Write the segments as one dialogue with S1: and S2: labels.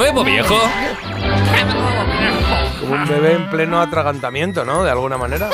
S1: huevo viejo.
S2: Como un bebé en pleno atragantamiento, ¿no? De alguna manera.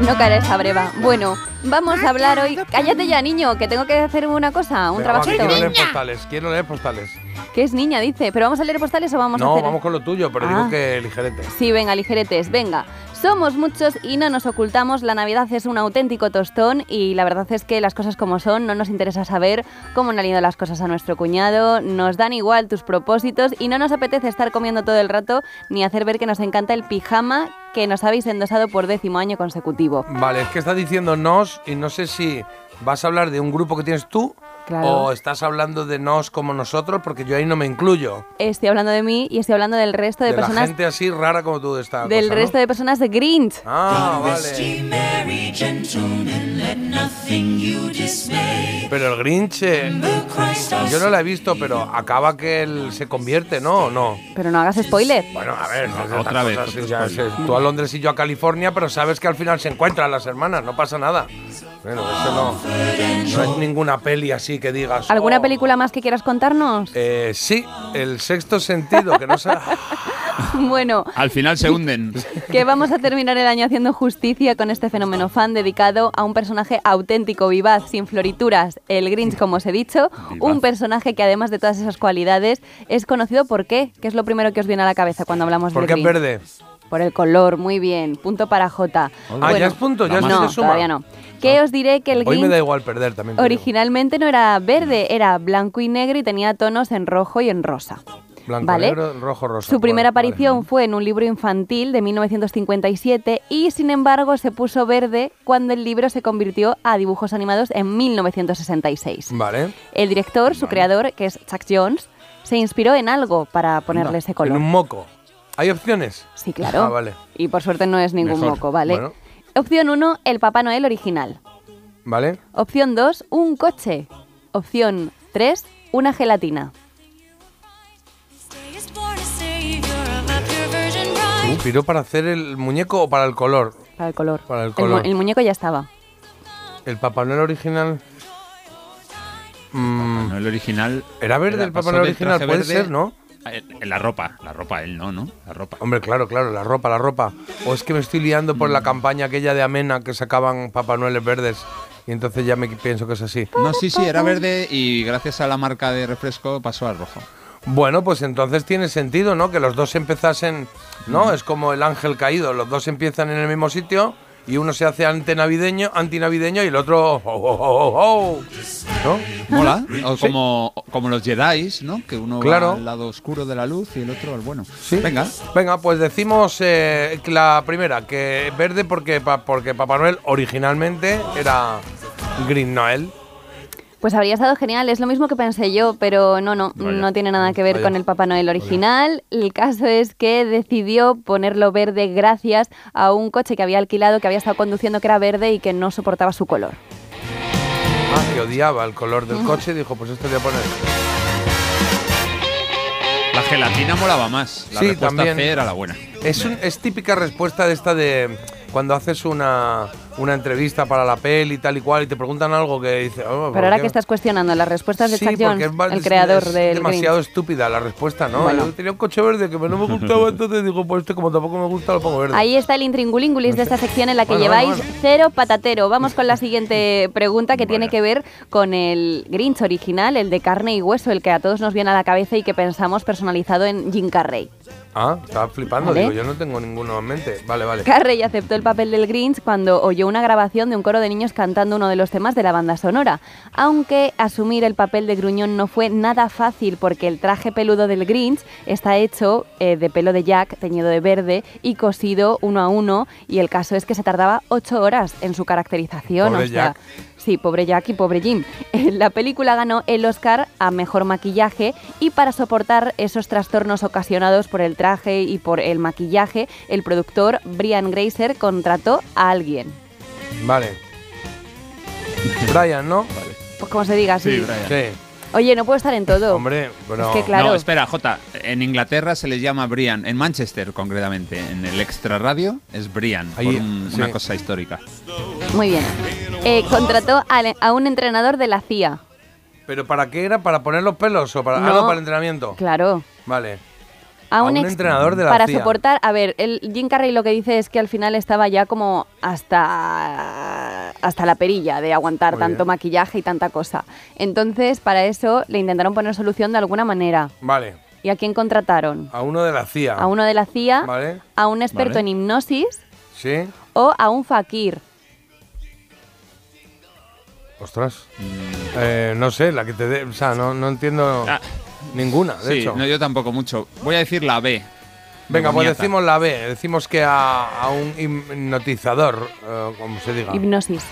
S3: No caeré esa breva. Bueno, vamos a hablar hoy. Cállate ya, niño, que tengo que hacer una cosa, un
S2: Venga, va,
S3: trabajito.
S2: Quiero leer postales, quiero leer postales.
S3: Que es niña, dice. ¿Pero vamos a leer postales o vamos a
S2: no,
S3: hacer.?
S2: vamos con lo tuyo, pero
S3: Ah.
S2: digo que ligerete.
S3: Sí, venga, ligeretes, venga. Somos muchos y no nos ocultamos, la Navidad es un auténtico tostón y la verdad es que las cosas como son, no nos interesa saber cómo han ido las cosas a nuestro cuñado, nos dan igual tus propósitos y no nos apetece estar comiendo todo el rato ni hacer ver que nos encanta el pijama que nos habéis endosado por décimo año consecutivo.
S2: Vale, es que estás diciendo nos y no sé si vas a hablar de un grupo que tienes tú
S3: Claro.
S2: o estás hablando de nos como nosotros, porque yo ahí no me incluyo.
S3: Estoy hablando de mí y estoy hablando del resto de,
S2: de la
S3: personas,
S2: gente así rara como tú de esta
S3: pues del
S2: cosa, ¿no?
S3: resto de personas de Grinch.
S2: Ah, vale. Pero el Grinch, eh, yo no la he visto, pero acaba que él se convierte, ¿no? ¿O no?
S3: Pero no hagas spoiler.
S2: Bueno, a ver,
S4: No,
S2: estas
S4: otra vez,
S2: cosas,
S4: otro
S2: ya
S4: spoiler.
S2: sé, tú a Londres y yo a California, pero sabes que al final se encuentran las hermanas, no pasa nada. Bueno, eso no, no es ninguna peli así que digas.
S3: ¿Alguna
S2: "Oh".
S3: película más que quieras contarnos?
S2: Eh, sí, el sexto sentido, que no sé.
S3: bueno,
S4: Al final se hunden.
S3: que vamos a terminar el año haciendo justicia con este fenómeno fan dedicado a un personaje auténtico, vivaz, sin florituras, el Grinch, como os he dicho, un personaje que además de todas esas cualidades es conocido por qué, que es lo primero que os viene a la cabeza cuando hablamos de
S2: Porque es
S3: Grinch.
S2: verde.
S3: Por el color, muy bien, punto para J.
S2: Ah, ya es punto, ya
S4: la
S2: se
S3: no,
S2: te suma. Ah.
S3: todavía no. Que os diré que el
S2: Hoy me da
S3: Grinch
S2: igual perder también. te digo.
S3: originalmente no era verde, era blanco y negro y tenía tonos en rojo y en rosa.
S2: Blanco,
S3: ¿Vale?
S2: negro, rojo, rosa.
S3: Su primera
S2: Bueno, vale.
S3: aparición fue en un libro infantil de 1957 y, sin embargo, se puso verde cuando el libro se convirtió a dibujos animados en 1966.
S2: Mm. Vale.
S3: El director, su creador, que es Chuck Jones, se inspiró en algo para ponerle ese
S2: En
S3: color.
S2: un moco. ¿Hay opciones?
S3: Sí, claro.
S2: Ah, vale.
S3: Y por suerte no es ningún
S4: Mejor.
S3: moco, ¿vale?
S2: Bueno.
S3: Opción 1, el Papá Noel original.
S2: Vale.
S3: Opción 2, un coche. Opción 3, una gelatina.
S2: Uh, ¿Piró para hacer el muñeco o para el color?
S3: Para el color.
S2: Para el
S3: mu-
S2: color.
S3: el muñeco ya estaba.
S2: ¿El Papá Noel original? Mm,
S4: No, el original.
S2: ¿Era verde el Papá
S4: pasó
S2: Noel
S4: del
S2: original?
S4: traje
S2: Puede
S4: verde
S2: ser, ¿no?
S4: a- En la ropa. La ropa, él no, ¿no? La ropa.
S2: Hombre, claro, claro, la ropa, la ropa. O es que me estoy liando por la campaña aquella de Amena que sacaban Papá Noeles verdes y entonces ya me pienso que es así.
S4: No, sí, sí, era verde y gracias a la marca de refresco pasó al rojo.
S2: Bueno, pues entonces tiene sentido, ¿no? Que los dos empezasen, ¿no? Es como el ángel caído, los dos empiezan en el mismo sitio y uno se hace antinavideño, antinavideño y el otro... oh, oh, oh, oh, oh, ¿No?
S4: Mola. O como, como los Jedi, ¿no? Que uno
S2: Claro.
S4: va al lado oscuro de la luz y el otro al bueno.
S2: Sí.
S4: Venga.
S2: Venga, pues decimos eh, que la primera, que verde porque, pa- porque Papá Noel originalmente era Green Noel.
S3: Pues habría estado genial, es lo mismo que pensé yo, pero no, no,
S4: Vaya.
S3: no tiene nada que ver
S2: Vaya.
S3: con el Papá Noel original. El caso es que decidió ponerlo verde gracias a un coche que había alquilado, que había estado conduciendo, que era verde y que no soportaba su color.
S2: Ah, que odiaba el color del coche y dijo, pues esto le voy a poner.
S4: La gelatina molaba más. La
S2: Sí,
S4: respuesta
S2: también.
S4: C era la buena.
S2: Es, un- es típica respuesta de esta de cuando haces una, una entrevista para la peli y tal y cual y te preguntan algo que dice... "Oh, ¿por
S3: Pero ahora
S2: qué?".
S3: que estás cuestionando las respuestas de
S2: Sí,
S3: Chuck
S2: porque
S3: Jones,
S2: es, va-
S3: el
S2: es-
S3: creador
S2: es
S3: del
S2: demasiado
S3: Grinch.
S2: estúpida la respuesta, ¿no?
S3: Bueno.
S2: Yo tenía un coche verde que no me gustaba, entonces digo, pues este como tampoco me gusta, lo pongo verde.
S3: Ahí está el intringulingulis de esta sección en la que
S2: Bueno,
S3: lleváis
S2: bueno, bueno.
S3: cero patatero. Vamos con la siguiente pregunta que tiene
S4: Vaya.
S3: que ver con el Grinch original, el de carne y hueso, el que a todos nos viene a la cabeza y que pensamos personalizado en Jim Carrey.
S2: Ah, estaba flipando,
S3: Vale.
S2: digo, yo no tengo ninguno en mente. Vale, vale.
S3: Carrey aceptó el papel del Grinch cuando oyó una grabación de un coro de niños cantando uno de los temas de la banda sonora. Aunque asumir el papel de gruñón no fue nada fácil porque el traje peludo del Grinch está hecho eh, de pelo de Jack, teñido de verde y cosido uno a uno. Y el caso es que se tardaba ocho horas en su caracterización.
S2: Pobre
S3: o sea,
S2: Jack.
S3: Sí, pobre Jack y pobre Jim. La película ganó el Oscar a Mejor Maquillaje y para soportar esos trastornos ocasionados por el traje y por el maquillaje, el productor Brian Grazer contrató a alguien.
S2: Vale. Brian, ¿no?
S3: Pues como se diga así.
S4: Brian.
S2: Sí.
S3: Oye, no puedo estar en todo.
S2: Hombre, pero...
S3: Oh. Es que claro.
S4: No, espera, Jota. En Inglaterra se les llama Brian. En Manchester, concretamente. En el extra radio es Brian. por
S2: Ahí,
S4: un-
S2: sí.
S4: Una cosa histórica.
S3: Muy bien. Eh, contrató a, a un entrenador de la CIA.
S2: ¿Pero para qué era? ¿Para poner los pelos o para, ah, no,
S3: No.
S2: para el entrenamiento?
S3: Claro.
S2: Vale.
S3: A un,
S2: un
S3: ex-
S2: entrenador de la
S3: Para
S2: CIA.
S3: soportar. A ver, el Jim Carrey lo que dice es que al final estaba ya como hasta. hasta la perilla de aguantar
S2: Muy
S3: tanto
S2: bien.
S3: maquillaje y tanta cosa. Entonces, para eso le intentaron poner solución de alguna manera.
S2: Vale.
S3: ¿Y a quién contrataron?
S2: A uno de la CIA.
S3: A uno de la CIA,
S2: Vale.
S3: a un experto
S4: Vale.
S3: en hipnosis
S2: Sí.
S3: o a un fakir.
S2: Ostras. Eh, no sé, la que te dé. O sea, no, no entiendo
S4: Ah.
S2: ninguna, de
S4: Sí,
S2: hecho.
S4: no, yo tampoco mucho. Voy a decir la B. de
S2: Venga, pues
S4: Boniata.
S2: decimos la B. Decimos que a, a un hipnotizador, eh, como se diga.
S3: Hipnosis.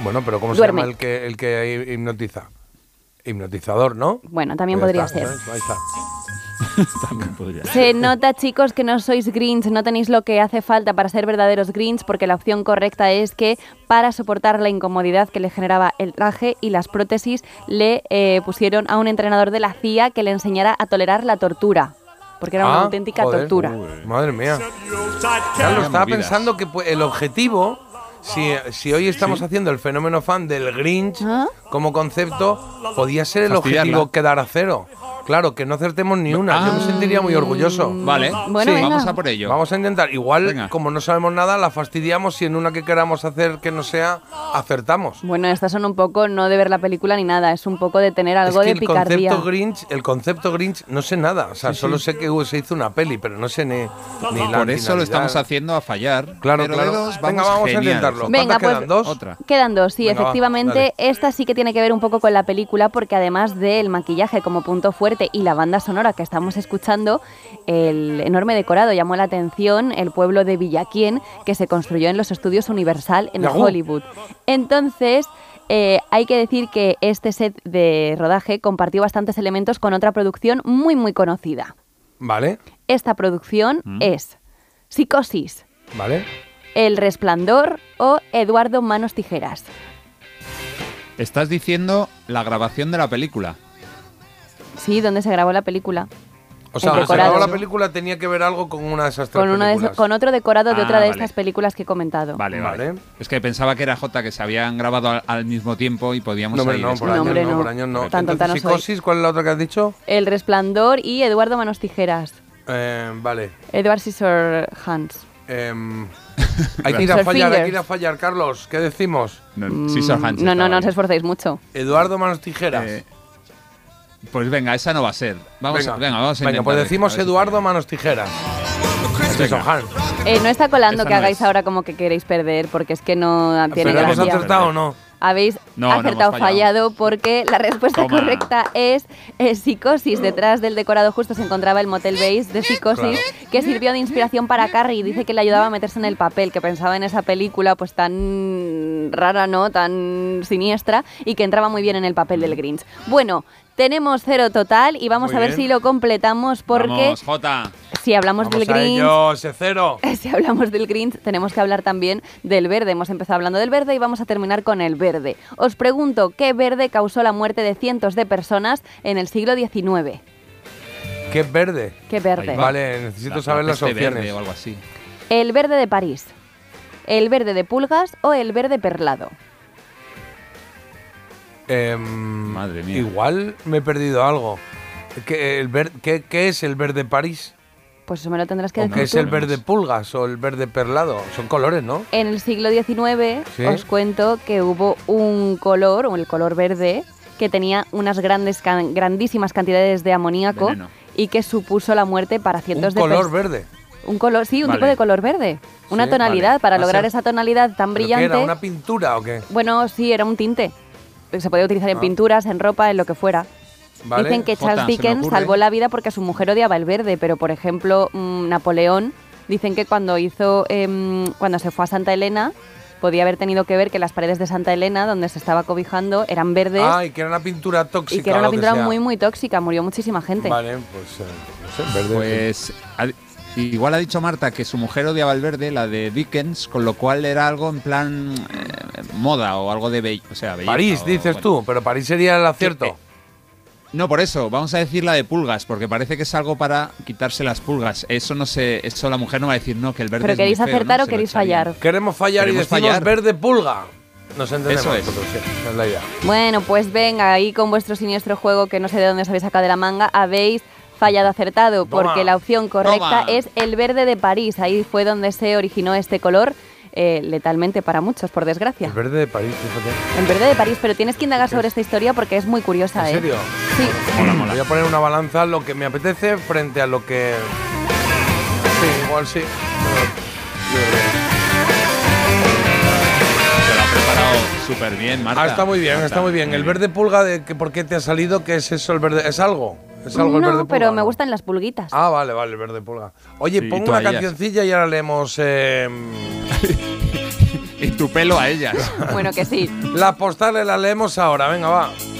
S2: bueno, pero ¿cómo se
S3: Duerme.
S2: llama el que, el que hi- hipnotiza? Hipnotizador, ¿no?
S3: Bueno, también
S2: Pues ya
S3: podría
S2: está,
S3: ser.
S2: ¿sabes? Ahí está.
S4: También podría.
S3: Se nota, chicos, que no sois greens, no tenéis lo que hace falta para ser verdaderos greens, porque la opción correcta es que para soportar la incomodidad que le generaba el traje y las prótesis, le eh, pusieron a un entrenador de la CIA que le enseñara a tolerar la tortura, porque era una
S2: Ah,
S3: auténtica
S2: joder.
S3: tortura.
S2: Uy. Madre mía. Claro,
S4: Vaya
S2: estaba
S4: movidas.
S2: pensando que pues, el objetivo, si, si hoy estamos haciendo el fenómeno fan del Grinch
S3: ¿Ah?
S2: como concepto, podía ser el
S4: Fastidiarla.
S2: objetivo quedar a cero. Claro, que no acertemos ni una. Yo me
S4: Ah. Mm.
S2: sentiría muy orgulloso.
S4: Vale,
S3: Bueno,
S4: sí,
S3: venga.
S4: vamos a por ello.
S2: Vamos a intentar. Igual,
S4: Venga.
S2: como no sabemos nada, la fastidiamos y en una que queramos hacer que no sea, acertamos.
S3: Bueno, estas son un poco no de ver la película ni nada, es un poco de tener algo
S2: es que el
S3: de picardía.
S2: concepto Grinch, el concepto Grinch, no sé nada. O sea, solo sé que uh, se hizo una peli, pero no sé ni, ni la
S4: Por eso lo
S2: finalidad.
S4: estamos haciendo a fallar.
S2: Claro,
S4: Pero
S2: claro.
S4: de dos,
S2: Venga, vamos a
S4: genial.
S2: intentarlo.
S3: Venga,
S2: ¿Cuántas
S3: pues-
S2: quedan? ¿Dos?
S4: Otra.
S3: Quedan dos, sí,
S2: Venga, va,
S3: efectivamente. esta sí que tiene que ver un poco con la película porque además del maquillaje como punto fuerte y la banda sonora que estamos escuchando, el enorme decorado llamó la atención el pueblo de Villaquién que se construyó en los estudios Universal en
S2: Yahú.
S3: Hollywood. Entonces... eh, hay que decir que este set de rodaje compartió bastantes elementos con otra producción muy muy conocida.
S2: Vale,
S3: Esta producción
S2: Mm.
S3: es Psicosis,
S2: vale.
S3: El Resplandor o Eduardo Manos Tijeras.
S4: Estás diciendo la grabación de la película.
S3: Sí, donde se grabó la película.
S2: O sea,
S3: El
S2: cuando se
S3: decorado.
S2: grabó la película tenía que ver algo con una de esas tres
S3: Con, una de
S2: películas.
S3: esas- con otro decorado de
S4: Ah,
S3: otra de
S4: vale.
S3: estas películas que he comentado.
S4: Vale, vale,
S2: Vale.
S4: Es que pensaba que era J que se habían grabado al, al mismo tiempo y podíamos
S2: No, hombre,
S4: ahí
S2: no, por
S4: descartar.
S3: No,
S2: años
S3: hombre,
S2: no,
S3: no.
S2: por años no.
S3: Tan tonta no
S2: Entonces,
S3: soy.
S2: psicosis, ¿cuál es la otra que has dicho?
S3: El Resplandor y Eduardo Manos Tijeras.
S2: Eh, vale.
S3: Edward Scissorhands.
S2: Em, hay que ir a
S3: Sir
S2: fallar, hay que
S3: Fingers.
S2: ir a fallar, Carlos. ¿Qué decimos?
S4: No, sí, Sir Hans
S3: no, no,
S4: estaba
S3: no os
S4: bien.
S3: esforcéis mucho.
S2: Eduardo Manos Tijeras.
S4: Eh, Pues venga, esa no va a ser. Vamos, venga, venga, vamos a
S2: Venga, pues
S4: intentar,
S2: decimos
S4: a ver si
S2: Eduardo Manos Tijeras.
S4: Venga.
S2: Eso, Han.
S3: Eh, no está colando
S4: Esa
S3: que
S4: no
S3: hagáis
S4: es.
S3: ahora como que queréis perder, porque es que no tiene
S2: ¿Pero hemos
S4: gracia.
S2: acertado o no?
S3: Habéis
S4: No, no, hemos
S3: acertado
S4: fallado.
S3: fallado porque la respuesta
S4: Toma.
S3: correcta es eh, Psicosis. Detrás del decorado justo se encontraba el Motel Base de Psicosis, que sirvió de inspiración para Carrie y dice que le ayudaba a meterse en el papel, que pensaba en esa película pues tan rara, ¿no? Tan siniestra y que entraba muy bien en el papel del Grinch. Bueno, tenemos cero total y vamos
S2: Muy
S3: a ver
S2: bien.
S3: si lo completamos porque
S4: Vamos, J.
S3: si hablamos
S2: Vamos
S3: del
S2: a
S3: Grinch...
S2: ello, ese cero.
S3: Si hablamos del Grinch, tenemos que hablar también del verde. Hemos empezado hablando del verde y vamos a terminar con el verde. Os pregunto, ¿qué verde causó la muerte de cientos de personas en el siglo XIX?
S2: Qué verde.
S3: ¿Qué verde?
S4: Ahí va.
S2: Vale, necesito
S4: La-
S2: saber
S4: la
S2: las
S4: peste verde
S2: opciones.
S4: o algo así.
S3: ¿El verde de París? ¿El verde de pulgas o el verde perlado?
S2: Em,
S4: Madre mía.
S2: Igual me he perdido algo. ¿Qué, el ver- qué- qué es el verde París?
S3: Pues eso me lo tendrás que
S2: ¿O
S3: decir
S2: qué es
S3: tú.
S2: el verde pulgas o el verde perlado? Son colores, ¿no?
S3: En el siglo XIX
S2: Sí.
S3: os cuento que hubo un color, o el color verde, que tenía unas grandes, can- grandísimas cantidades de amoníaco
S4: Veneno.
S3: y que supuso la muerte para
S2: Un
S3: cientos de
S2: color
S3: pers-
S2: verde.
S3: Un color, sí, un
S4: Vale.
S3: tipo de color verde. Una
S2: Sí,
S3: tonalidad,
S2: vale.
S3: para
S2: Va a
S3: lograr
S2: ser-
S3: esa tonalidad tan
S2: ¿Pero qué
S3: brillante.
S2: era? ¿Una pintura o qué?
S3: Bueno, sí, era un tinte. Se podía utilizar en pinturas, en ropa, en lo que fuera.
S2: Ah. Vale.
S3: Dicen que
S4: Jota,
S3: Charles
S4: se me
S3: Dickens
S4: ocurre.
S3: salvó la vida porque su mujer odiaba el verde, pero por ejemplo, mm, Napoleón, dicen que cuando hizo em, cuando se fue a Santa Elena, podía haber tenido que ver que las paredes de Santa Elena, donde se estaba cobijando, eran verdes
S2: Ah, y que era una pintura tóxica.
S3: y que era
S2: o
S3: una
S2: lo
S3: pintura
S2: sea.
S3: muy muy tóxica, murió muchísima gente.
S2: Vale, pues eh, no sé, verde.
S4: Pues ha- igual ha dicho Marta que su mujer odiaba el verde, la de Dickens, con lo cual era algo en plan eh, moda o algo de be- o sea, belleza.
S2: París,
S4: o-
S2: dices
S4: bueno.
S2: tú, pero París sería el acierto.
S4: Eh, No, por eso, vamos a decir la de pulgas, porque parece que es algo para quitarse las pulgas. Eso no sé, eso la mujer no va a decir no, que el verde
S3: Pero
S4: es muy
S3: queréis
S4: feo, ¿no?
S3: acertar o
S4: Se lo
S3: queréis
S4: echa bien.
S3: fallar.
S2: Queremos fallar y
S4: Queremos
S2: decimos
S4: fallar.
S2: verde pulga. Nos entendemos.
S4: Eso es.
S2: nosotros, sí, es la idea.
S3: Bueno, pues venga, ahí con vuestro siniestro juego que no sé de dónde os habéis sacado de la manga, habéis Fallado acertado,
S2: Toma.
S3: porque la opción correcta
S4: Toma.
S3: es el verde de París. Ahí fue donde se originó este color, eh, letalmente para muchos, por desgracia.
S2: El verde de París, fíjate.
S3: El verde de París, pero tienes que indagar sobre esta historia porque es muy curiosa, ¿eh?
S2: ¿En serio?
S3: Sí.
S2: Voy a poner una balanza lo que me apetece frente a lo que. Sí, igual sí.
S4: Se lo ha preparado súper bien, Marta.
S2: Ah, está muy bien,
S4: Marta,
S2: está muy bien. El verde pulga, de que, ¿por qué te ha salido? ¿Qué es eso el verde? ¿Es algo? ¿Es algo el verde
S3: No,
S2: pulga?
S3: pero me
S2: no?
S3: gustan las pulguitas.
S2: Ah, vale, vale, el verde pulga. Oye,
S4: Sí,
S2: pongo una
S4: toallas.
S2: cancioncilla y ahora leemos eh,
S4: Y tu pelo a ellas.
S3: Bueno, que sí.
S2: las postales, las leemos ahora, venga, va.